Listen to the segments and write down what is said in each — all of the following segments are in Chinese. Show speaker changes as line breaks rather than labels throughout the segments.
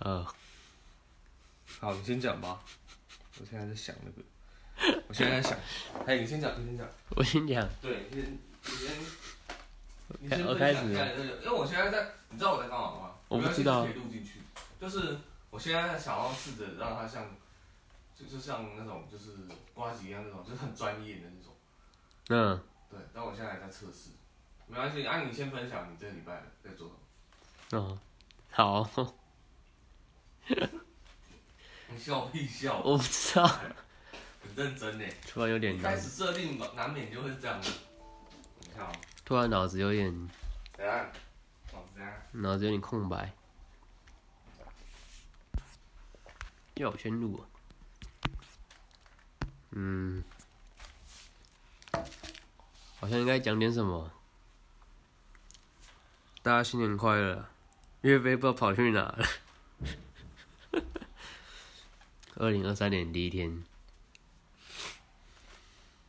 嗯，
好，你先讲吧。我现在在想那个，我现在在想，哎，你先讲，你先讲。
我先讲，
对，你先，你先，你
开
先
我
分
开
享
始
一下你的因为我现在在，你知道我在干嘛吗？
我不
没关系
知道
可以录进去。就是我现在想要试着让它像，就就像那种就是瓜子一样那种，就是很专业的那种。
嗯，
对，但我现在还在测试。没关系，啊，你先分享你这礼拜在做什么。
哦，好，
你笑屁笑，
我不知道，
很认真呢。
突然有点
一
脑
开，始设定难免就会这样的。你看哦，
突然脑子有点
等一下，老子这样。
脑子有点空白，要我先录、啊，嗯，好像应该讲点什么。大家新年快乐！岳飞不知道跑去哪了。二零二三年第一天，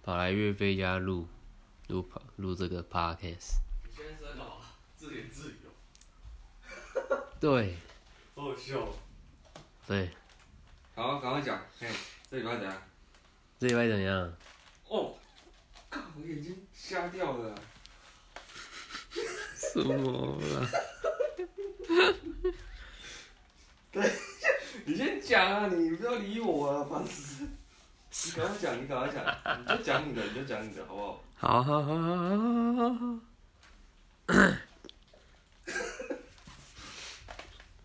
跑来岳飞家录录录这个 podcast。
你现在是在干嘛？自言自语哦，
对
好好笑哦。
对，
好，赶快讲，嘿，这礼拜怎样？
这礼拜怎样？
哦，靠，我眼睛瞎掉了。
什么啦？
你先讲啊，你不要理我啊，烦死！ 你赶快讲，你赶快讲，你就讲你的，你就讲你的，好不好？
好好好好好好好好，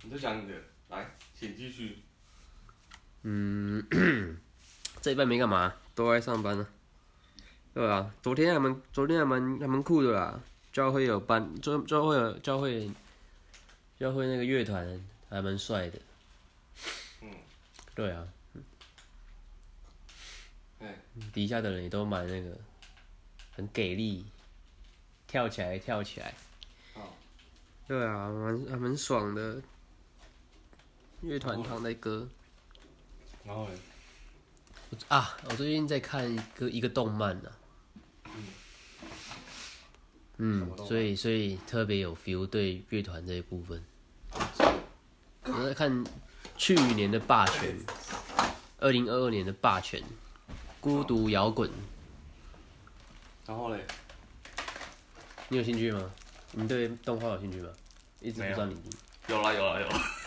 你就讲你的，来，请继续。
嗯， 这礼拜没干嘛，都在上班呢、对啊，昨天还蛮昨天还蛮还蛮酷的啦，教会有班，教教会有教会教会那个乐团还蛮帅的。
嗯，
对啊，
哎，
底下的人也都蛮那个，很给力，跳起来跳起来。
好，
对啊，蛮还蛮爽的。乐团唱的歌。
然后嘞，
我啊，我最近在看一个一个动漫啊呢、
什
嗯
么动，漫
所以所以特别有 feel 对乐团这一部分。我在看去年的《霸权》，二零二二年的《霸权》，孤独摇滚，
然后嘞，
你有兴趣吗？你对动画有兴趣吗？一直不知道你
有啦有啦有啦。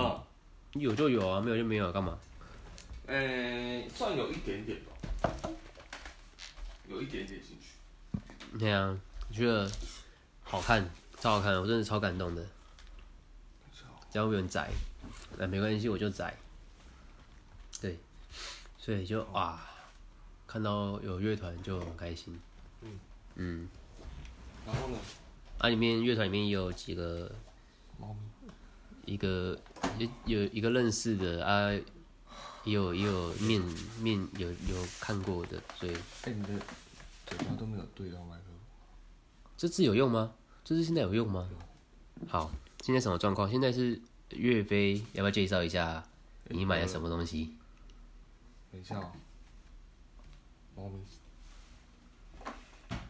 嗯，
有就有啊，没有就没有，干嘛？
哎，算有一点点吧，有一点点兴趣。
对啊，我觉得好看，超好看，我真的超感动的。只要有人宰，那、哎没关系，我就宰。对，所以就哇，看到有乐团就很开心。
嗯
嗯，
然后呢？
啊，里面乐团里面也有几个
猫咪。
一个有有一个认识的啊，也有也有面面有有看过的，所以
哎，你的嘴巴都没有对到麦克风。
这次有用吗？这次现在有用吗？好，现在什么状况？现在是岳飞，要不要介绍一下你买了什么东西？
哎等一下哦，猫咪。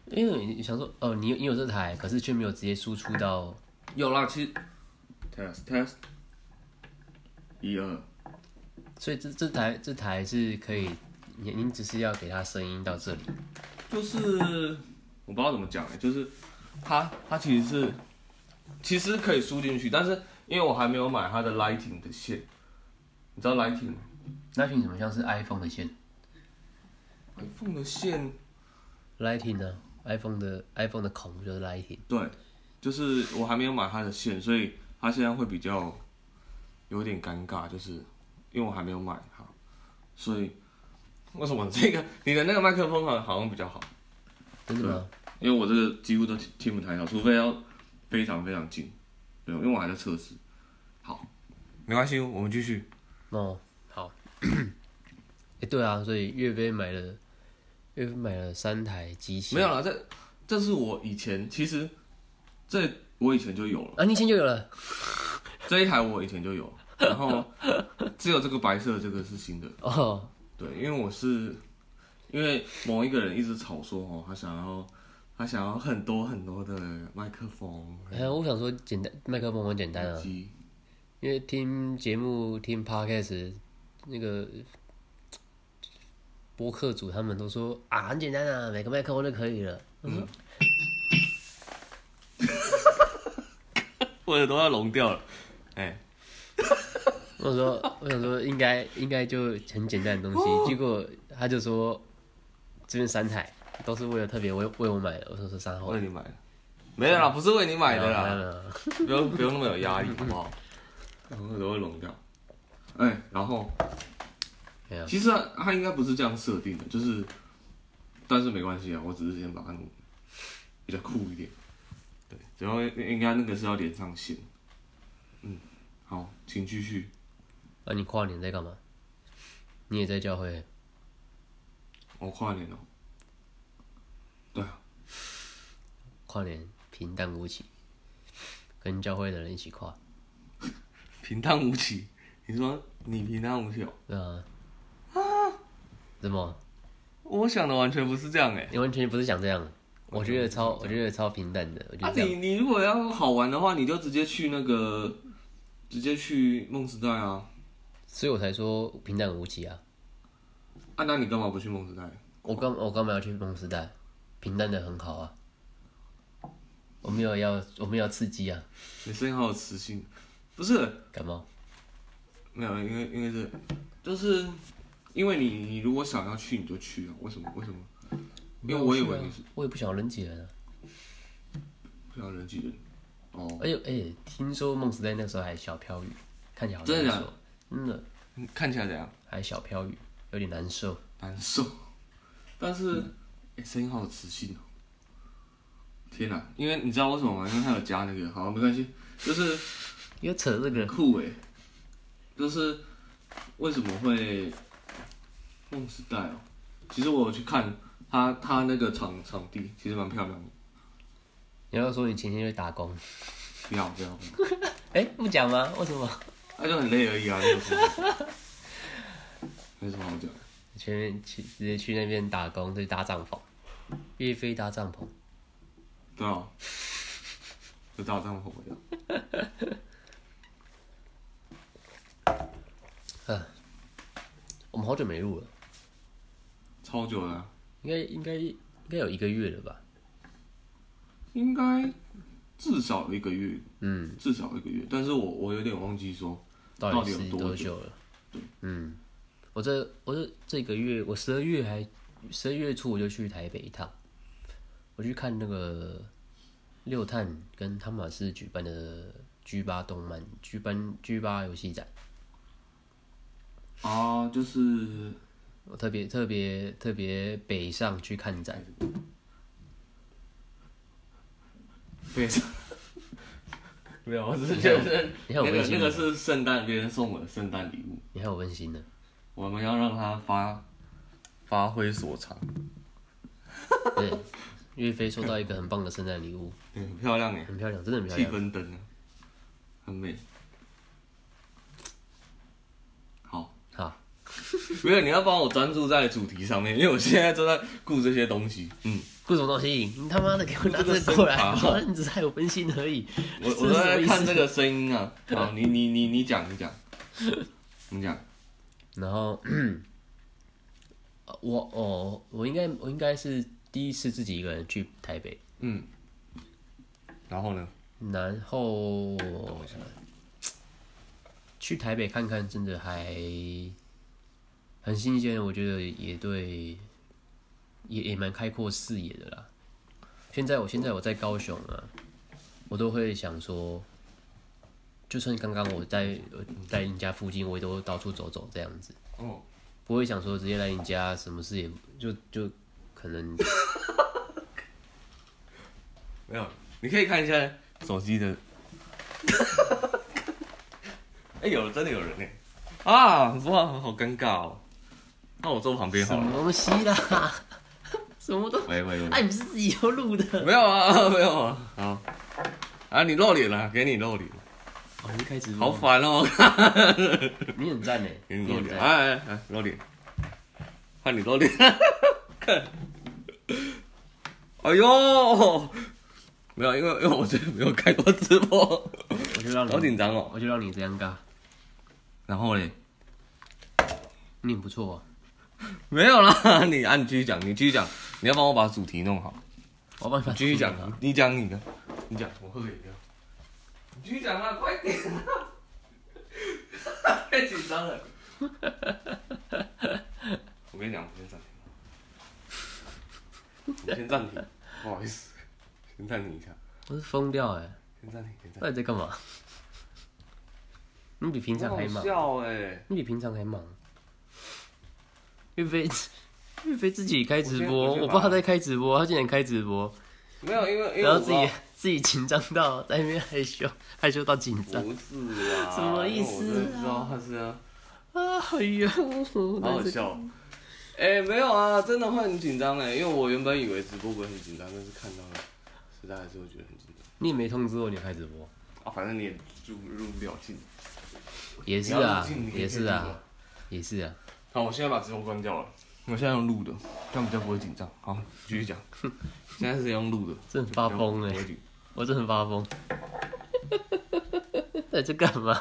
因为你想说，哦，你有你有这台，可是却没有直接输出到，
有啦，其实 test test 一二，
所以这这台这台是可以，您您只是要给它声音到这里，
就是我不知道怎么讲哎、就是它它其实是其实可以输进去，但是因为我还没有买它的 lighting 的线，你知道 lighting 吗
？Lighting 怎么像是 iPhone 的线
iPhone 的线
？Lighting 呢？iPhone 的 iPhone 的孔就是 Lighting，
对，就是我还没有买它的线，所以它现在会比较有点尴尬，就是因为我还没有买它，所以为什么这个你的那个麦克风好像好像比较好？
真的吗？
因为我这个几乎都听听不太到，除非要非常非常近。对，因为我还在测试。好，没关系，我们继续。
哦， 好。哎、对啊，所以岳飞买了，岳飞买了三台机器，
没有了，这这是我以前其实这我以前就有了，
啊？你以前就有了，
这一台我以前就有了，然后只有这个白色的这个是新的。
哦，
对，因为我是因为某一个人一直吵说哦，他想要他想要很多很多的麦克风、
哎、我想说简单，麦克风很简单啊，
机，
因为听节目、听 podcast 那个播客组他们都说啊，很简单啊，买个麦克风就可以了。
我耳朵要聋掉了。哎、
我说， 我想说应该应该就很简单的东
哦
西，结果他就说这边三台都是为了特别为为我买的，我说是三号
为你买的，没有啦，不是为你买的
哦没有
啦，
没有没有
不用不用那么有压力，好不好？我耳朵会聋掉。哎、然后
没有，
其实他他应该不是这样设定的，就是，但是没关系啊，我只是先把它弄比较酷一点。对，然后应该那个是要连上线。嗯，好，请继续。
那、啊你跨年在干嘛？你也在教会？
我跨年了，对啊，
跨年平淡无奇，跟教会的人一起跨，
平淡无奇。你说你平淡无奇、哦，
对啊，
啊
怎么？
我想的完全不是这样哎、
你完全不是想这样，我觉得超，我觉得超平淡的，我觉
啊
得，这样。
你你如果要好玩的话，你就直接去那个，直接去梦时代啊！
所以我才说平淡无奇啊。
啊，那你干嘛不去梦时代？
我刚我干嘛要去梦时代？平淡的很好啊。我没有要，我没有要刺激啊。
你声音好有磁性，不是？
感冒，
没有，因为因为是，就是因为你你如果想要去你就去啊，为什么为什么？因为我以为你是
我也不想人挤人啊。
不想人挤人。哦，
而且哎、听说梦时代那时候还小飘雨，看起来好难
真的假的
受，真的
看起来怎样？
还小飘雨，有点难受。
难受，但是哎，声、音好有磁性哦！天哪、因为你知道为什么吗？因为它有加那个，好，没关系，就是。
因为扯这个
很酷哎、就是为什么会梦时代哦、其实我有去看他他那个场场地，其实蛮漂亮的。
你要说你前天去打工，
不要不要，
哎、不讲吗？为什么？
那、就很累而已啊，那个时候没什么好讲的。
前面去直接去那边打工，就搭帐篷，岳飞搭帐篷，
对啊，就大帐篷一样。
啊我们好久没录了，
超久了啊、
应该应该应该有一个月了吧？
应该至少一个月，
嗯，
至少一个月。但是我我有点忘记说，
到底
到底
是
有多
多
久
久了？嗯，我这我这这个月，我十二月还十二月初我就去台北一趟，我去看那个六探跟汤马士举办的 G 八动漫 G 八 G 八游戏展，
啊，就是
我特别特别特别北上去看展，
对， 没有，我只是觉得
你
那
看我
个
微信
那
吗
个是圣诞别人送我的圣诞礼物，
你看我温馨了。
我们要让他发发挥所长。
对，岳飞收到一个很棒的圣诞礼 物，
对，很漂亮哎，
很漂亮，真的很漂
气
亮。
氛灯啊，很美。好，
好，
没有，你要帮我专注在主题上面，因为我现在正在顾这些东西。嗯，
顾什么东西？你他妈的给我拿这个过来！我 你只是害我分心而已。
我
这
我
是什么
在
意
看
思
这个声音啊。好，你你你你讲你讲，你讲。
然后，呃我哦，我应该我应该是第一次自己一个人去台北，
嗯，然后呢？
然后
等我一下。
去台北看看，真的还很新鲜，我觉得也对，也也蛮开阔视野的啦。现在我现在我在高雄啊，我都会想说，就算刚刚我在我在你家附近，我也都到处走走这样子，
哦，
不会想说直接来你家，什么事也就就可能
没有，你可以看一下手机的。 哎、有了，真的有人呢、啊，哇，好尴尬哦。那我坐旁边
什
好啊
么
了。
东西啦， 什么都，
喂喂
哎、你
喂，
不是自己要录的，
没有啊， 没有啊。好，啊，你露脸了，给你露脸，
哦，你开直播，
好，烦哦。
你很赞呢，
给你
你
露
很
脸，
赞，
哎哎哎，露脸，看你露脸。 哎呦，没有，因为因为我觉得没有开过直播。
我就让
好
你，
紧张哦。
我就让你这样尬，
然后嘞，
你很不错、哦。
没有啦， 你啊，你继续讲，你继续讲，你要帮我把主题弄好。
我要帮你把
你继续讲啊
主题 弄好，
你讲你的，你讲，我喝个饮料。你继续讲啊， 快点啊！太紧张 了。我跟你讲，我先暂停。我先暂停，不好意思，先暂停一下，
我是疯掉哎、
先暂停，先暂
到底在干嘛？你比平
停。
常还
好
忙，
笑哎、
你比平常还忙。岳飞， 岳飞自己开直播，
我
我
先我先
不知
把
道他在开直播，他竟然开直播，
没有，啊因为因为
然后
我
自己自己紧张到在那边害羞， 害羞到紧
不知道
张
不是啊，
什么意思啊
因为我真的知道他是啊。
啊！哎 呀，
好好笑。哎、没有啊，真的会很紧张哎，因为我原本以为直播不会很紧张，但是看到了，实在还是会觉得很紧张。
你也没通知我你开直播，
啊，反正你也入入不了境，
也是
你要
啊
入境你，可以
也是
入
啊
啊，
也是啊。
好，我现在把直播关掉了，我现在用录的，这样比较不会紧张。好，继续讲，现在是用录的，
真的发疯哎
就不会紧
我真的很发疯， 在这干嘛？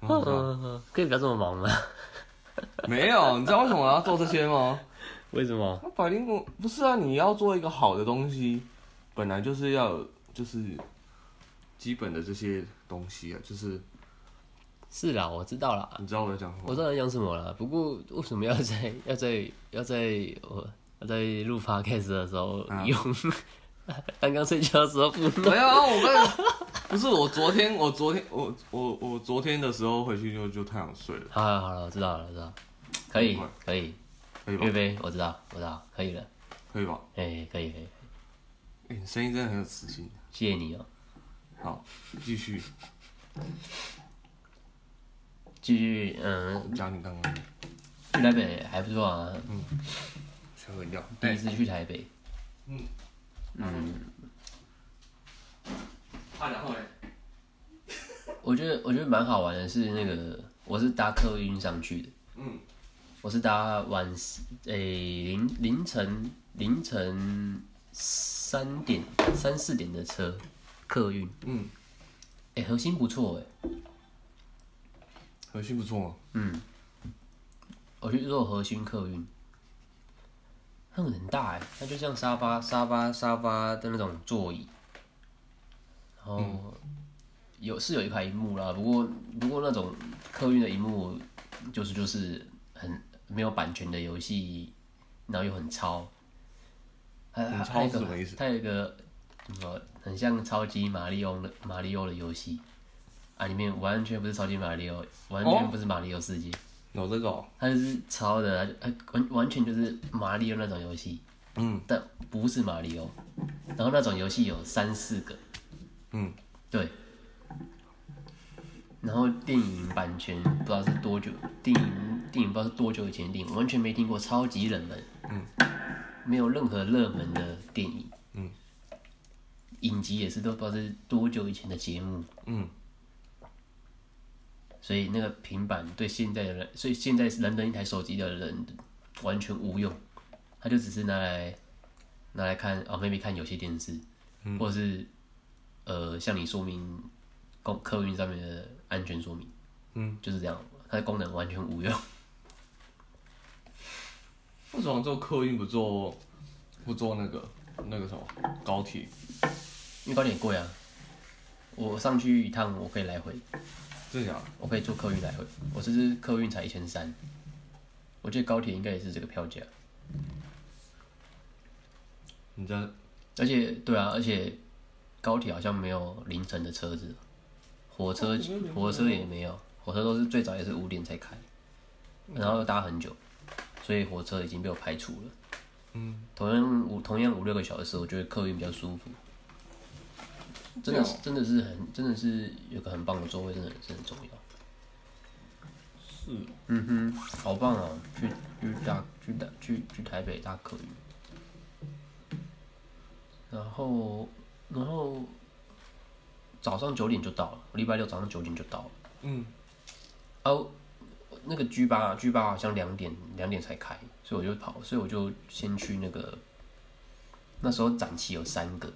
很好笑
可以不要这么忙吗？
没有，你知道为什么我要做这些吗？
为什么？
那百灵果不是啊，你要做一个好的东西，本来就是要有就是基本的这些东西啊，就是
是啦，我知道啦，
你知道我在讲什么吗？
我知道你讲什么了。不过为什么要在 要在要在我要在录 podcast 的时候
啊
用？ 刚刚睡觉的时候不弄
没有啊，我跟 不是我昨天，我昨天，我我我昨天的时候回去就就太想睡了，
好了好了，我知道了，我知道，可以可以，
可以吧
岳？飞，我知道我知道，可以了，
可以吧？
哎、可以可以，
哎、你声音真的很有磁性。
谢谢你哦、
好，继续
继续，嗯，
讲你刚刚的
去台北还不错啊，
先喝饮料。
第一次去台北，
嗯
嗯，
啊，然后嘞，
我觉得我觉得蛮好玩的是那个，我是搭客运上去的，
嗯，
我是搭晚诶、凌凌晨凌晨三点三四点的车，客运，
嗯，
诶、核心不错诶、
核心不错吗？
嗯，我去做核心客运，它很大哎、它就像沙发、沙发、沙发的那种座椅，然后有是有一排荧幕啦，不过不过那种客运的荧幕就是就是很没有版权的游戏，然后又很糙，还
很
还
糙
还有一
是什么意
个
思
它有一个什么很像超级马里奥的马里奥的游戏。啊，里面完全不是超级马里奥，完
哦
全不是马里奥世界，
有这个、哦，
它就是抄的，它就它完完全就是马里奥那种游戏，
嗯
但不是马里奥。然后那种游戏有三四个，
嗯，
对。然后电影版权不知道是多久，电影电影不知道是多久以前的电影，完全没听过，超级冷门，
嗯，
没有任何热门的电影，
嗯，
影集也是都不知道是多久以前的节目，
嗯，
所以那个平板对现在的人，所以现在能登一台手机的人完全无用，他就只是拿来拿来看哦，maybe 看有些电视，或者是呃向你说明公客运上面的安全说明，
嗯，
就是这样，它的功能完全无用。
为什么做客运不做不做那个那个什么高铁？
因为高铁很贵啊，我上去一趟我可以来回，
真的假的？
我可以坐客运来回，我这次客运才一千三，我记得高铁应该也是这个票价。
你在
而且对啊，而且高铁好像没有凌晨的车子，火车
哦没有凌晨
火车也没有，火车都是最早也是五点才开，然后又搭很久，所以火车已经被我排除了。
嗯，
同样五同样五六个小时，我觉得客运比较舒服。真的是
哦
真的是很真的是有个很棒的座位，真的是很重要。
是
嗯哼，好棒哦！去去大去大去去台北大客运，然后然后早上九点就到了，我礼拜六早上九点就到了。
嗯
哦，那个 G 八 G 八好像两点两点才开，所以我就跑，所以我就先去那个那时候展期有三个，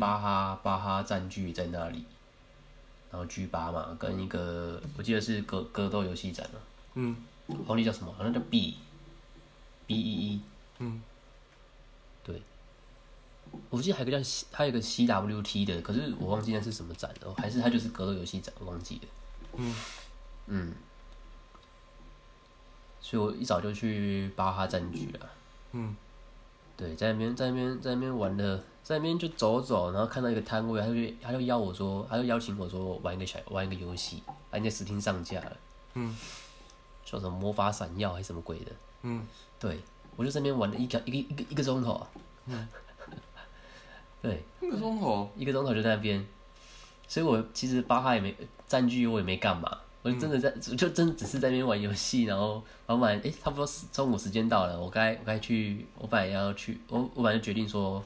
巴哈巴哈占据在那里，然后 G 八嘛，跟一个我记得是格格斗游戏展嘛，
嗯，
皇帝叫什么？好像叫 B B E E，
嗯，
对，我记得还有一个叫还有一个 C W T 的，可是我忘记那是什么展了，还是它就是格斗游戏展，我忘记了，
嗯
嗯，所以我一早就去巴哈占据了。
嗯，
对，在那边在那边在那边玩的，在那边就走走，然后看到一个摊位，他就他就邀我说，他就邀请我说玩一个小玩一个游戏，他已经在 Steam 上架了，
嗯，
叫什么魔法闪耀还是什么鬼的，
嗯，
对我就在那边玩了一个一个一个一个钟头，嗯， 对，
那个钟头，
一个钟头就在那边，所以我其实巴哈也没占据，我也没干嘛，我就真的在、
嗯
就真只是在那边玩游戏，然后玩完，哎、差不多时中午时间到了，我该我该去，我本来要去，我我本来就决定说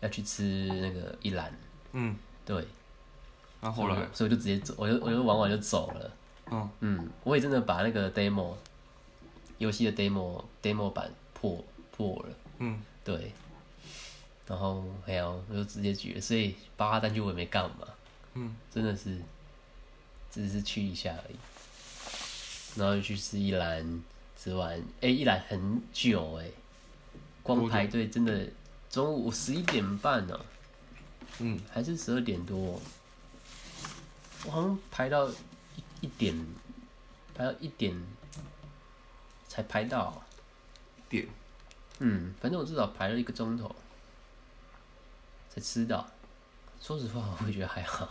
要去吃那个一兰，
嗯，
对，
然后后来，
所以我就所以我就直接走，我就我就玩完就走了，
嗯
嗯，我也真的把那个 demo 游戏的 demo demo 版破破了。
嗯，
对，然后还有我就直接举了，所以巴哈单据我也没干嘛，
嗯，
真的是只是去一下而已，然后就去吃一兰，吃完哎、一兰很久哎、光
多久
排队真的中午十一点半呢、哦
嗯，
还是十二点多，哦我好像排到一一点，排到一点才排到。哦
点，
嗯，反正我至少排了一个钟头才吃到。说实话，我也觉得还好。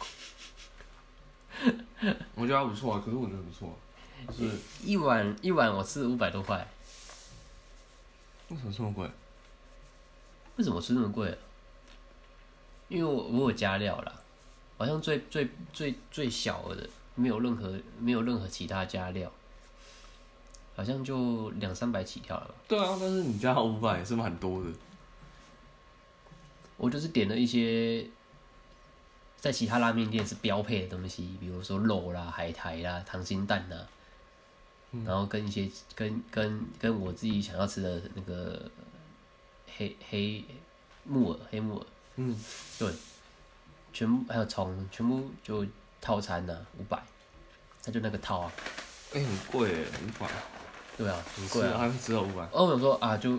我觉得还不错啊，可是我觉得不错啊，就是
一碗一碗我吃五百多块，
为什么这么贵？
为什么吃那么贵、啊？因为我我有加料啦，好像最最最最小的，没有任何没有任何其他加料，好像就两三百起跳了吧。
对啊，但是你加五百也是蛮多的，
我就是点了一些在其他拉面店是标配的东西，比如说肉啦、海苔啦、溏心蛋啦，然后跟一些跟跟跟我自己想要吃的那个黑黑木耳、黑木耳，
嗯，
对，全部还有葱，全部就套餐呐、啊，五百，他就那个套啊，
哎，很贵哎，五百，
对啊，很贵
是
啊。
啊，还是只有五百，
哦，我想说啊，就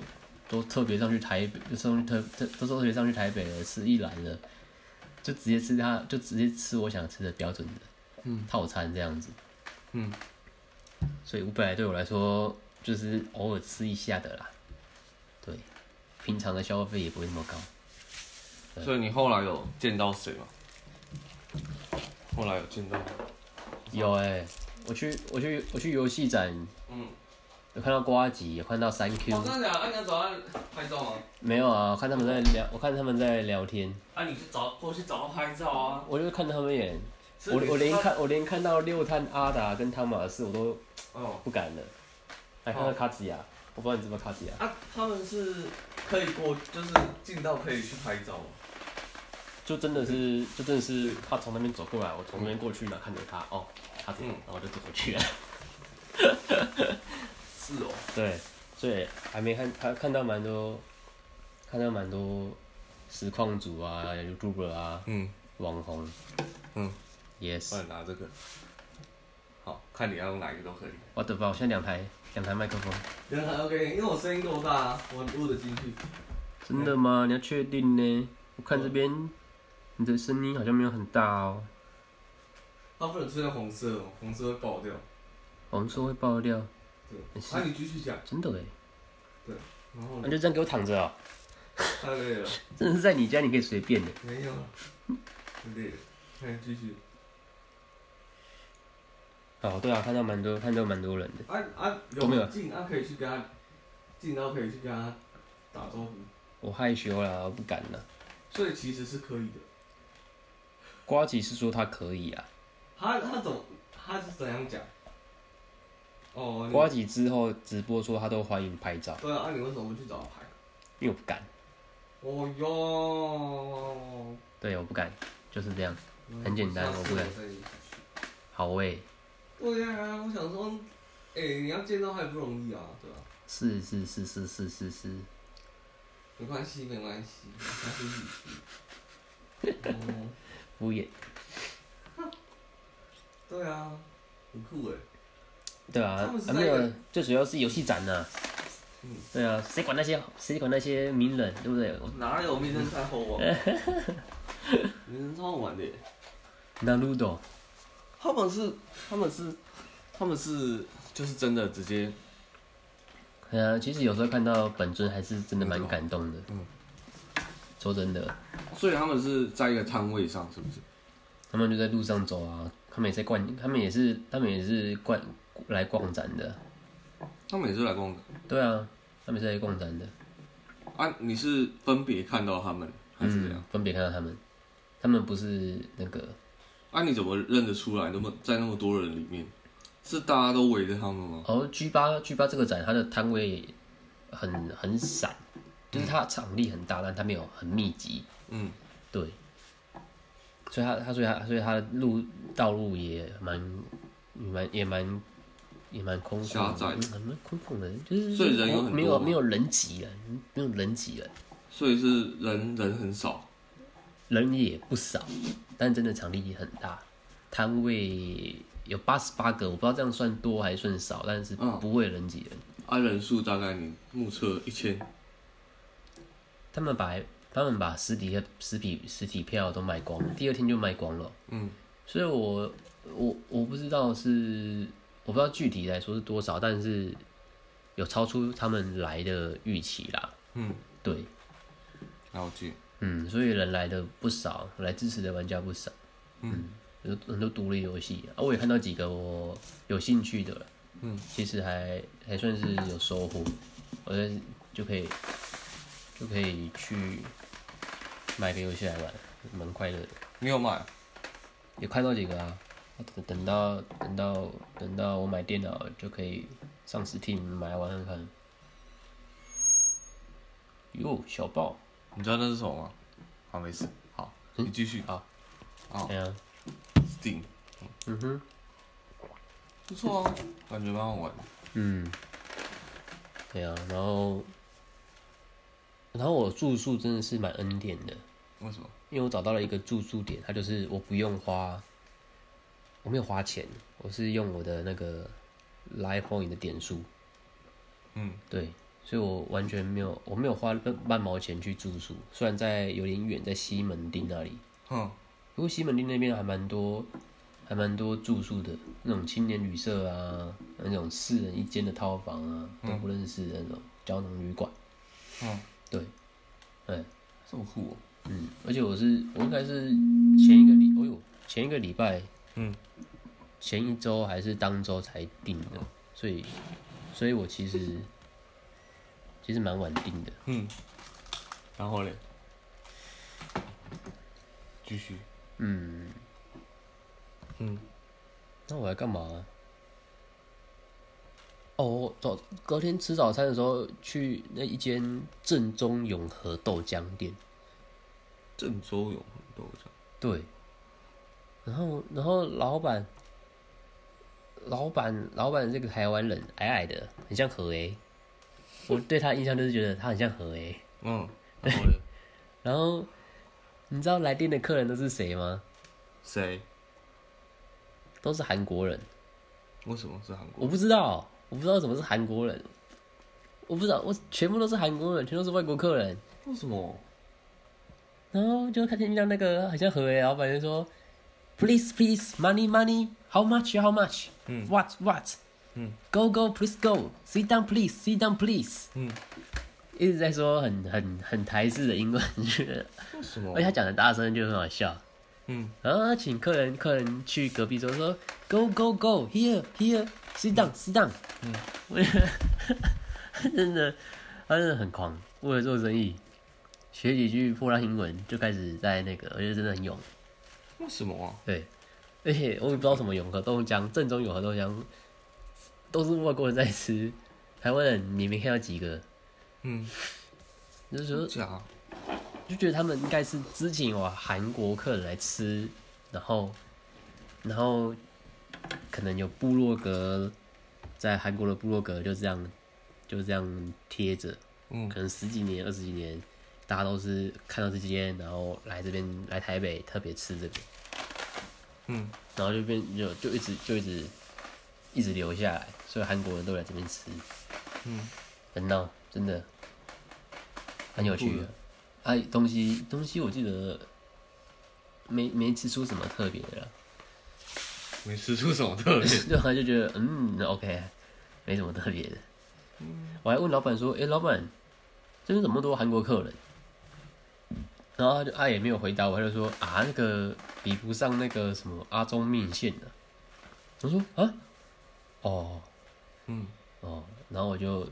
都特别上去台北，就上去特特都特别上去台北了，吃一兰了，就直接吃它，就直接吃我想吃的标准的，
嗯，
套餐这样子，
嗯，
所以五百对我来说就是偶尔吃一下的啦，对，平常的消费也不会那么高，对
所以你后来有见到谁吗？后来有见到，
有哎、我去我去我去游戏展，
欸嗯，
有看到瓜吉，有看到三 Q，
的假的？啊，你要找他拍照吗？
没有啊，看他们在聊，我看他们在聊天，
啊，你去找过去找他拍照啊！
我就看他们演。
是
我
你
我连
他
看我连看到六探阿达跟汤马士我都
哦，
不敢了，还看到卡子亚，我不知道你知不知道卡子亚，
啊，他们是可以过，就是进到可以去拍照吗？
就真的是
嗯
就真的是他从那边走过来，我从那边过去呢，看着他哦，卡子亚
嗯，
然后我就走过去了。
是哦，
对， 所以还没看还看到蛮多，看到蛮多实况组啊、YouTuber 啊、
嗯，
网红，
嗯
，Yes，
帮你拿这个，好看你要用哪一个都可以。
我的吧，我现在两台两台麦克风，
原来 OK，因为我声音够大啊，我录得进去。
真
嗯
的吗？你要确定呢？我看这边你的声音好像没有很大哦。
它不能出现红色哦，红色会爆掉。
红色会爆掉，
对，
是
那、啊、你继续讲，
真的哎！
然后
那、就这样给我躺着啊、
太累了，
真的是在你家你可以随便的。
没有了，太累了，那你继续。
哦，对啊，看到蛮多，看到蛮多人的。
啊啊，
都没有
有进啊，可以去跟他进，然后可以去跟他打招呼，
我害羞啦，我不敢啦。
所以其实是可以的。
瓜吉是说他可以啊，
他他怎么他是怎样讲？哦，
瓜吉之后直播说他都欢迎拍照
你，对啊，啊你为什么不去找他拍？
因为我不敢。
哦哟，
对，我不敢，就是这样。很简单
下次
我不敢
再一起去
好欸喂、
对呀、我想说，哎、你要见到他也不容易啊，对吧、
是是是是是是是，
没关系，没关系，下次一起去。嗯
敷衍。
对啊，很酷哎。
对啊，
他们是
啊
在
没
一个
有，最主要是游戏展呐、
嗯
对啊，谁管那些谁管那些名人，对不对？我
哪有名侦探好玩？名侦探好玩的耶，
Naruto
他们是他们是他们是就是真的直接
对啊，其实有时候看到本尊还是真的蛮感动的。
嗯
说真的，
所以他们是在一个摊位上，是不是？
他们就在路上走啊，他们也在逛，他们也是他们也是逛来逛展的。
他们也是来逛的
对啊，他们是来逛展的。
啊？你是分别看到他们还是怎样？
嗯，分别看到他们，他们不是那个，
啊，你怎么认得出来？那么在那么多人里面，是大家都围着他们吗？
哦，G 八 G 八这个展，它的摊位很很散，就是它的场地很大，但它没有很密集，
嗯，
对，所以它它所以它所以它的路道路也蛮也蛮也蛮也蛮空旷
狭
的，
窄
嗯还蛮空旷的，就是
所以人有很多
没有
吗
没有人挤人，没有人挤人，
所以是人人很少，
人也不少，但真的场地也很大，摊位有八十八个，我不知道这样算多还是算少，但是
嗯
不会人挤人。
啊，人数大概你目测一千，
他们把他们把实体的实体实体票都卖光了，第二天就卖光了。
嗯，
所以我我我不知道是我不知道具体来说是多少，但是有超出他们来的预期啦。
嗯，
对，
了解，
嗯，所以人来的不少，来支持的玩家不少。嗯，有很多独立游戏啊，我也看到几个我有兴趣的了。
嗯，
其实还还算是有收获，我觉得就可以就可以去买个游戏来玩，蛮快乐的。
你有买？
也看到几个啊，等等到等到等到我买电脑就可以上 Steam 买来玩看看。哟，小豹，
你知道那是什么吗？好，没事，好，你继续
好，
哦
哎呀，
，Steam，
嗯哼，
不错啊，感觉蛮好玩的。
嗯，对啊，然后，然后我住宿真的是蛮恩典的，
为什么？
因为我找到了一个住宿点，它就是我不用花，我没有花钱，我是用我的那个 Live Point 的点数，
嗯，
对，所以我完全没有，我没有花半毛钱去住宿，虽然在有点远，在西门町那里，
哼，
不过西门町那边还蛮多，还蛮多住宿的那种青年旅社啊，那种四人一间的套房啊，都不认识的那种胶囊旅馆。
嗯，
对，哎对，
这么酷哦。
嗯，而且我是我应该是前一个礼，哦呦，前一个礼拜，
嗯，
前一周还是当周才订的，所以，所以我其实其实蛮晚订的。
嗯，然后嘞，继续。
嗯，
嗯，
那我来干嘛啊、哦，我早隔天吃早餐的时候去那一间正宗永和豆浆店，
郑州有很多这样。
对，然后然后老板，老板老板是个台湾人，矮矮的，很像何 A，我对他的印象就是觉得他很像何 A。
嗯，然后嘞，
然后你知道来店的客人都是谁吗？
谁？
都是韩国人。
为什么是韩国？
我不知道，我不知道什么是韩国人，我不知道，我全部都是韩国人，全都是外国客人。
为什么？
然后就看见遇到那个好像何为老板就说，please please money money how much how much
嗯
what what
嗯
go go please go sit down please sit down please
嗯，
一直在说很很很台式的英文，
为什么
而且他讲的大声就很好笑。
嗯，
然后他请客人客人去隔壁桌说，go go go here here sit down sit down，嗯，我觉得他 真的他真的很狂，为了做生意学几句破烂英文就开始在那个，我觉得真的很勇，
为什么啊？
对，而且我也不知道什么永和豆浆，正宗永和豆浆都是外国人在吃，台湾人明明看到几个，
嗯，
就是说
假啊。
就觉得他们应该是之前有韩国客人来吃，然后，然后可能有部落格，在韩国的部落格就这样就这样贴着，
嗯
可能十几年、二十几年，大家都是看到这间，然后来这边来台北特别吃这个，
嗯，
然后就变就就一直就一直一直留下来，所以韩国人都来这边吃，
嗯，
很闹，真的很有
很
趣
酷的
啊。哎、东西东西我记得没没吃出什么特别的啦，
没吃出什么特别。
对 啊，就觉得嗯，OK，没什么特别的。我还问老板说：“诶，老板，这边怎么那么多韩国客人？”然后他就他也没有回答我，他就说：“啊，那个比不上那个什么阿中面线的、我说：“啊，哦
嗯，
哦。”然后我就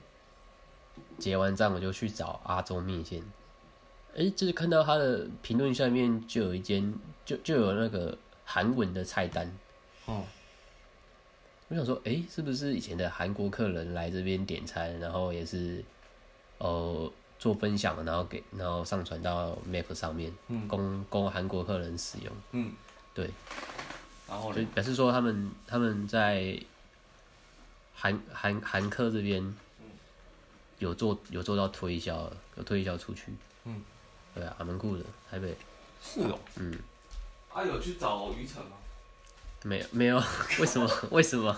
结完账，我就去找阿中面线。诶，就是看到他的评论下面就有一间，就就有那个韩文的菜单。
哦，
我想说，诶，是不是以前的韩国客人来这边点餐，然后也是，呃，做分享，然后给，然后上传到 Map 上面，
嗯
供供韩国客人使用，
嗯，
对，
然后
就
嘞，
表示说他们他们在韩韩韩客这边
嗯
有做有做到推销了，有推销出去，
嗯，
对啊，蛮酷的，台北
是哦，
嗯，
啊，有去找啊于晨吗？
没有没有， 为什么为什么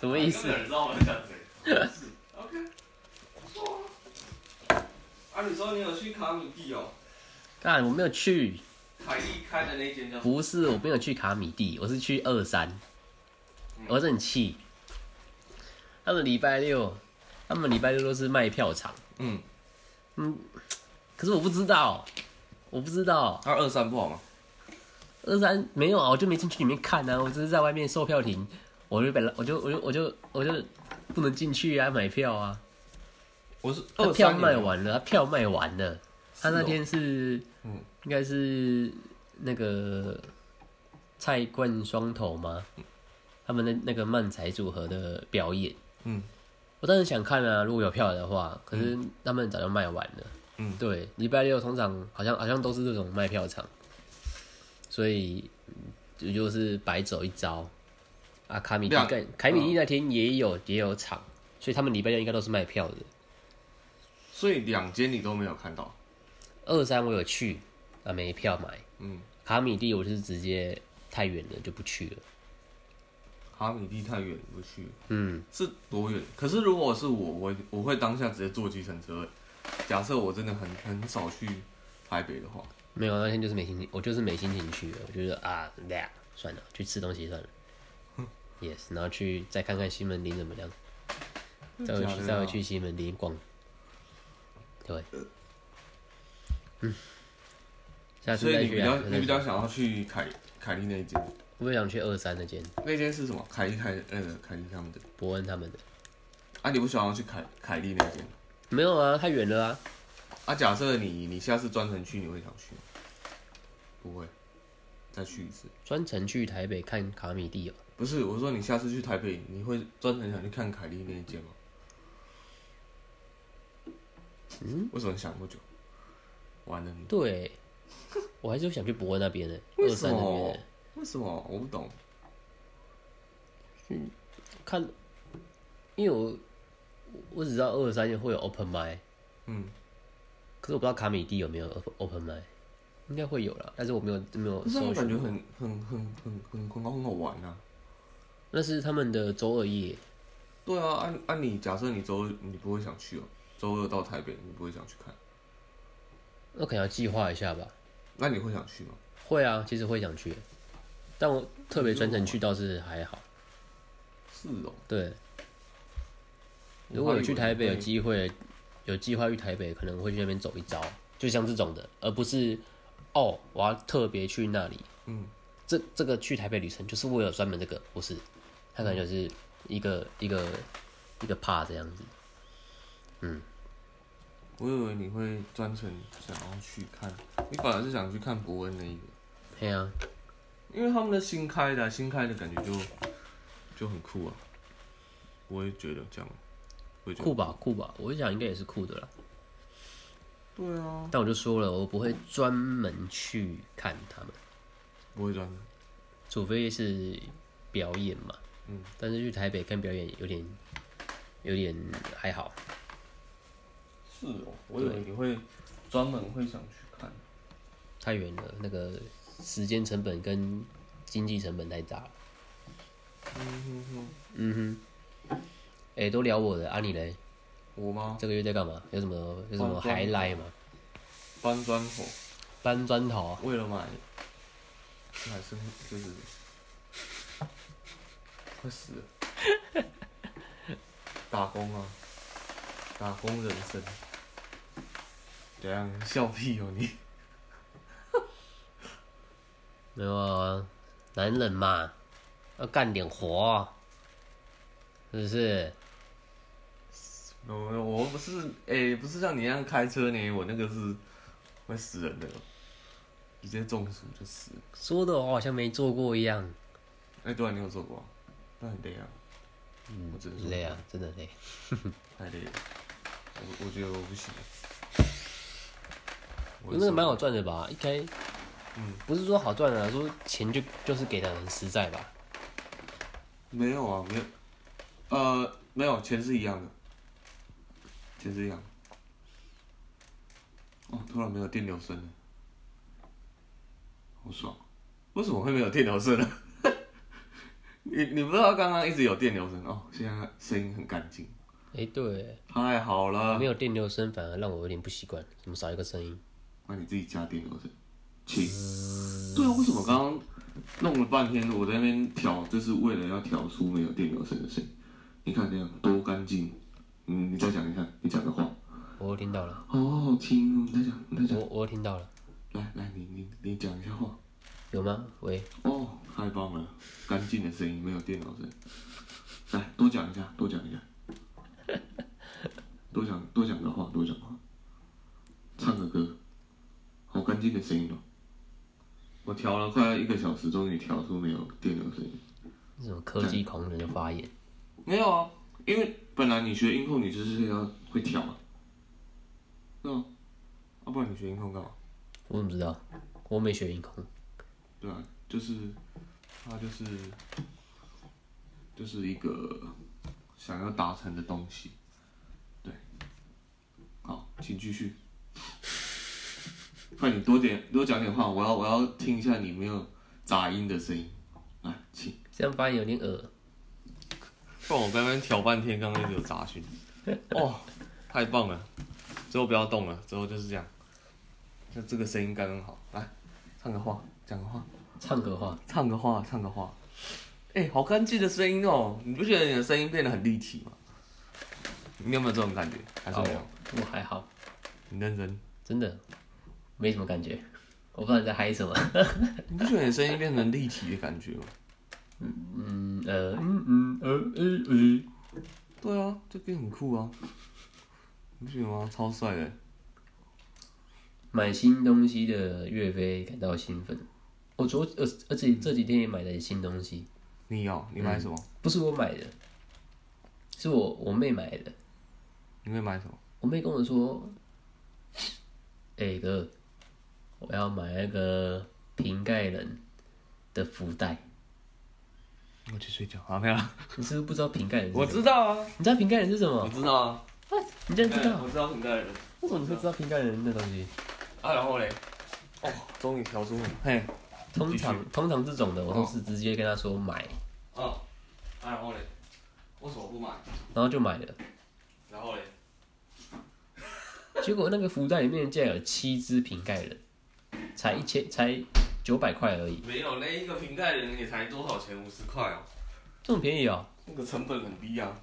什么意思？
人知道我们讲 谁？OK，不错啊。啊，你说你有去卡米蒂哦？
干，我没有去。
凯莉开的那间叫
不是，我没有去卡米蒂，我是去二三，我是很气。他们礼拜六，他们礼拜六都是卖票场，
嗯，
可是我不知道，我不知道
他二三不好吗？
二三没有啊，我就没进去里面看啊，我只是在外面售票亭，我就本来我就我就我就我就不能进去啊，买票啊，
我是
他
二
票
三
卖，完了，他票卖完了，他那
哦
天是
嗯
应该是那个蔡冠双头吗？他们的那个漫才组合的表演，
嗯
我当然想看啊，如果有票的话，可是他们早就卖完了。
嗯
对，礼拜六通常好像好像都是这种卖票场，所以也就是白走一遭。啊，卡米蒂
亮嗯
盖凯米蒂那天也有、也有场，所以他们礼拜六应该都是卖票的。
所以两间你都没有看到，
二三我有去，啊没票买。
嗯，
卡米蒂我是直接太远了就不去了。
卡米蒂太远不去，
嗯，
是多远？可是如果是我，我会我会当下直接坐计程车。假设我真的很很少去台北的话，
没有，那天就是没心情，我就是没心情去了。我觉得啊，那样算了，去吃东西 算了。yes，然后去再看看西门町怎么样，再回
假
去
的
再
啊
回去西门町逛。对，嗯，下次
所以
再
你比
去
较
啊。
你比较想要去凯凯莉那一间，
我也想去二三那间
那间是什么？凯莉凯那个凯莉他们的
伯恩他们的，
啊，你不想要去凯凯莉那间
没有啊，太远了啊。
啊？假设你你下次专程去，你会想去吗？不会，再去一次。
专程去台北看卡米蒂哦，
不是，我说你下次去台北，你会专程想去看凯莉那一间吗？嗯，为什么想那么久？完了你，
对， 我还是想去伯恩那边的，
为
二
什
三那边
么
的。？
为什么？我不懂。
看，因为我我只知道二三会有 open m i
嗯，
可是我不知道卡米蒂有没有 open- open m i 应该会有啦，但是我没有没有
可是
搜
我感觉
寻。
很很很很很很很好玩啊。
那是他们的周二夜，
对啊，按、按、你假设你周二你不会想去哦，周二到台北你不会想去看，
那可能要计划一下吧。
那你会想去吗？
会啊，其实会想去，但我特别专程去倒是还好。
是哦，
对，
我
如果
还以
有去
为
台北有
会
机会，有计划去台北，可能会去那边走一遭，就像这种的，而不是哦，我要特别去那里。
嗯，
这这个去台北旅程就是为了专门这个，不是，他可能就是一个一个一个 part 这样子。
我以为你会专程想要去看，你本来是想去看伯恩那一个，
对啊，
因为他们的新开的啊、新开的感觉就就很酷啊，我也觉得这样，我也觉得
酷吧酷吧，我想应该也是酷的啦。
对啊，
但我就说了，我不会专门去看他们，
不会专程，
除非是表演嘛。
嗯，
但是去台北看表演有点有点还好。
是哦，我以为你会专门会想去看。
太远了，那个时间成本跟经济成本太大了。嗯哼哼，哎、都聊我的，啊你嘞？
我吗？
这个月在干嘛？有什么有什么
搬砖
还来吗？
搬砖头，
搬砖头啊，
为了买买生就是快死了，打工啊，打工人生，怎样笑屁哦你？
没有啊，男人嘛，要干点活啊，是不是？
我我不是诶、不是像你一样开车呢，我那个是会死人的，直接中暑就死了。
说的我好像没做过一样，
哎、对啊，你有做过、啊？那很累啊，嗯，我真的是
累啊，真的累。
太累了，我我觉得我不行。我
那个蛮好赚的吧？一开，
嗯，
不是说好赚啊，说钱就就是给的很实在吧？
没有啊，没有，呃，没有，钱是一样的，钱是一样的。哦，突然没有电流声了，好爽！为什么会没有电流声呢？ 你你不知道刚刚一直有电流声哦，现在声音很干净，
哎、对，
太好了
没。有电流声反而让我有点不习惯，怎么少一个声音？
那你自己加电流声，请。对啊，为什么刚刚弄了半天，我在那边调，就是为了要调出没有电流声的声音？你看这样多干净。嗯，你再讲一下，你讲的话，
我又听到了，
好好听哦。你再讲，你再
我
讲，
我又听到了，
来来，你你你讲一下话。
有吗？喂，
哦，太棒了，干净的声音，没有电流声。来，多讲一下，多讲一 下，多讲多讲个话，多讲话，唱个歌，好干净的声音哦。我调了快一个小时，终于调出没有电流声音。
这种科技狂人的发言，
没有啊，因为本来你学音控，你就是要会调啊。对啊，要、不然你学音控干嘛？
我怎么知道？我没学音控，
对啊，就是他就是就是一个想要达成的东西，对。好，请继续。快点多点多讲点话，我要我要听一下你没有杂音的声音。来，请。
这样发言有点恶。
不然我刚刚调半天，刚刚一直有杂讯。哦，太棒了！之后不要动了，之后就是这样。就这个声音刚刚好。来，唱个话，讲个话。
唱歌话，
唱个话，唱个话。哎、好干净的声音哦！你不觉得你的声音变得很立体吗？你有没有这种感觉？还是没有？
哦我还好，
你认真？
真的没什么感觉。我不知道你在嗨什么。
你不觉得你的声音变成立体的感觉吗？
嗯呃嗯嗯呃呃呃，
对啊，这边很酷啊！你不觉得吗？超帅的。
买新东西的岳飞感到兴奋。我昨呃而且这几天也买了新东西，
你有、你买什么？
不是我买的，是我我妹买的。
你会买什么？
我妹跟我说：“哎、哥，我要买那个瓶盖人的福袋。
我去睡觉。好，没有啦。
你是不是不知道瓶盖人是什么？
我知道啊，
你知道瓶盖人是什
我
么？
知道啊。
你竟然知
哎
道？
我知道很多人。
为什么你会知道瓶盖人的东西？
啊，然后嘞，哦，终于调出你。嘿，
通
继
常通常这种的，我都是直接跟她说买，
嗯，啊，然后嘞，为什么不买？
然后就买了。
然后嘞，
结果那个福袋里面竟然有七只瓶盖人，才一千才九百块而已，
没有，那一个瓶盖人也才多少钱？五十块哦，
这么便宜哦、
那个成本很低啊。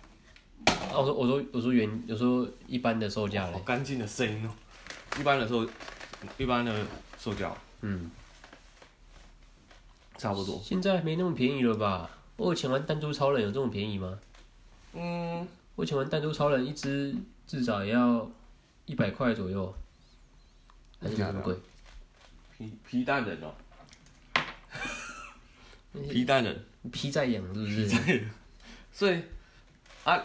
啊，我说我说我说原我说一般的售价
好
嘞，
干净的声音哦。一般的时候，一般的塑胶
嗯，
差不多。
现在没那么便宜了吧？我以前玩弹珠超人有这么便宜吗？
嗯，
我以前玩弹珠超人一只至少也要一百块左右，还是很贵。
皮皮蛋人哦，
那些
皮蛋人，
皮在痒是不是？
所以啊，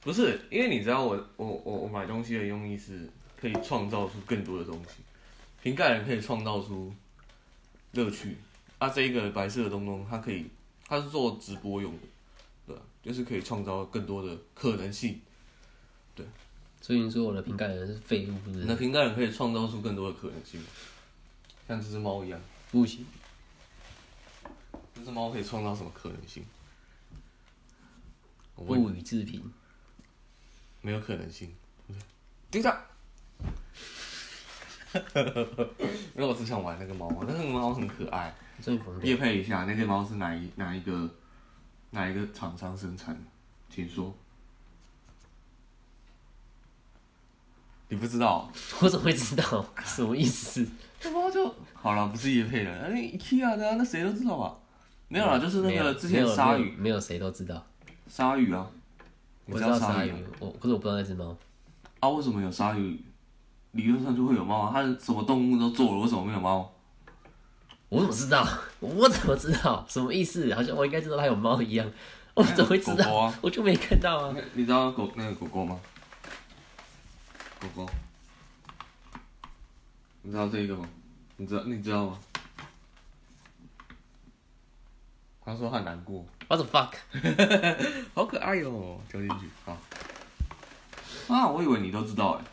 不是，因为你知道我我我我买东西的用意是可以创造出更多的东西，瓶盖人可以创造出乐趣。啊，这一个白色的东东，它可以，它是做直播用的，对啊，就是可以创造更多的可能性。对，
所以你说我的瓶盖人是废物，是不
你
是？
的瓶盖人可以创造出更多的可能性吗，像这只猫一样，
不行，
这只猫可以创造什么可能性？我问
不予置评。
没有可能性。对的。 因为我只想玩那个猫，那个猫很可爱。
终于疯
夜
掉，
配一下，那个猫是哪一哪一个哪一个厂商生产的？请说。你不知道？
我怎么会知道？什么意思？
这猫就好了，不是叶配的，那 IKEA 的啊、那谁都知道吧？没有啦，就是
没有
那个之前
没有
鲨
没
鱼，
有没有谁都知道，
鲨鱼啊，你
我知道
鲨
鲨
鱼
鱼
吗，
我可是我不知道那只猫。
啊？为什么有鲨鱼？理论上就会有猫啊，它什么动物都做了，为什么没有猫？
我怎么知道？我怎么知道？什么意思？好像我应该知道它有猫一样，我 怎么会知
狗
道？
狗啊
我就没看到啊。
你知道狗那个狗狗吗？狗狗，你知道这个吗？你知道你知道吗？他说他很难过，
What the fuck？
好可爱哟、丢进去好。啊，我以为你都知道哎、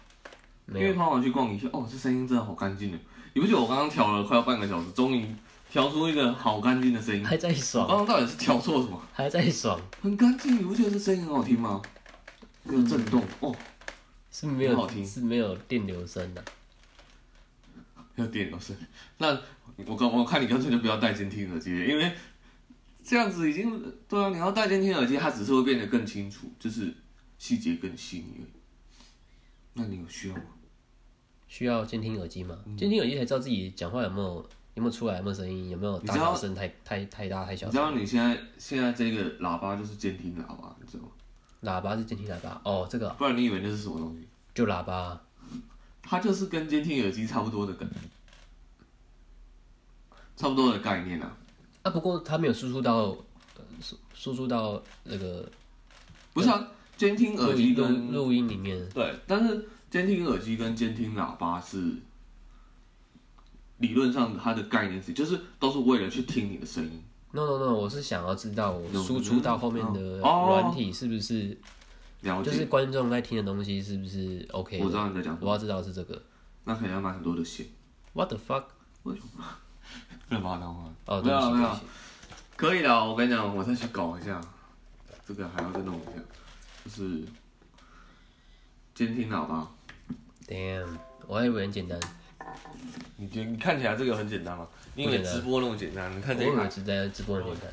没
因为
有，
帮我去逛一下。哦，这声音真的好干净哎！你不觉得我刚刚调了快要半个小时，终于调出一个好干净的声音？
还在
我刚
爽，
刚到底是调错什么？
还在爽，
很干净，你不觉得这声音很好听吗？
嗯
有震动、哦，
是没
很好
有
听
是没有电流声的、
有点流声。那我刚我看你干脆就不要戴监听耳机了，因为这样子已经对啊，你要戴监听耳机，它只是会变得更清楚，就是细节更细腻而已。那你有需要吗？
需要监听耳机吗？
嗯
监听耳机才知道自己讲话有没有有没有出来，有没有声音，有没有
你
打
知道
扰声太太太大太小
你知。道你现在现在这个喇叭就是监听喇叭，你知道吗？
喇叭是监听喇叭哦，这个
不然你以为那是什么东西？
就喇叭，
它就是跟监听耳机差不多的感，差不多的概念啊。
啊，不过它没有输出到，呃输输出到那个
不是啊，监听耳
录音
机
录
跟
录音里面，
对，但是监听耳机跟监听喇叭是理论上它的概念是，就是都是为了去听你的声音。
No no no，我是想要知道我
有
输出到后面的
嗯哦
软体是不是，
了
就
解，
是观众在听的东西是不是 OK
我知
的？
道你在讲什么，
我要知道是这个。
那可能要买很多的线。
What the fuck？
不能把它当话。
哦，对不
没
起
有
对
啊没
不
有
起，，
可以的。我跟你讲，我再去搞一下，这个还要再弄一下，就是监听喇叭。
Damn，我还以为很简单，
你觉得你看起来这个很简单吗？你以
不
为
简单
直播那么简单？你
我
看这
以
一
为
排，
是在直播很简单。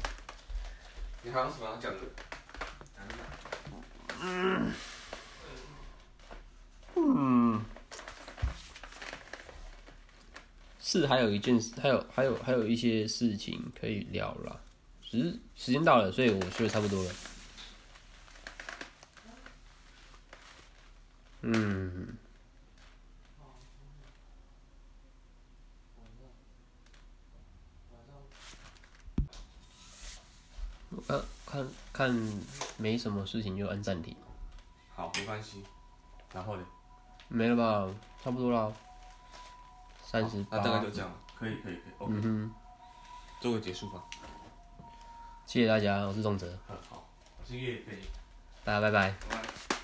你还有什么要讲的？
是还有一件事，还有还有还有一些事情可以聊啦，只是时间到了，所以我睡得差不多了。嗯，我看看看没什么事情就按暂停，
好，没关系。然后呢？
没了吧，差不多啦，三十
那大概
八
就，这样了，可以可以可以，OK，
嗯哼，
做个结束吧。
谢谢大家，我是钟哲，
嗯，好，我是岳飞。
大家拜拜。
拜拜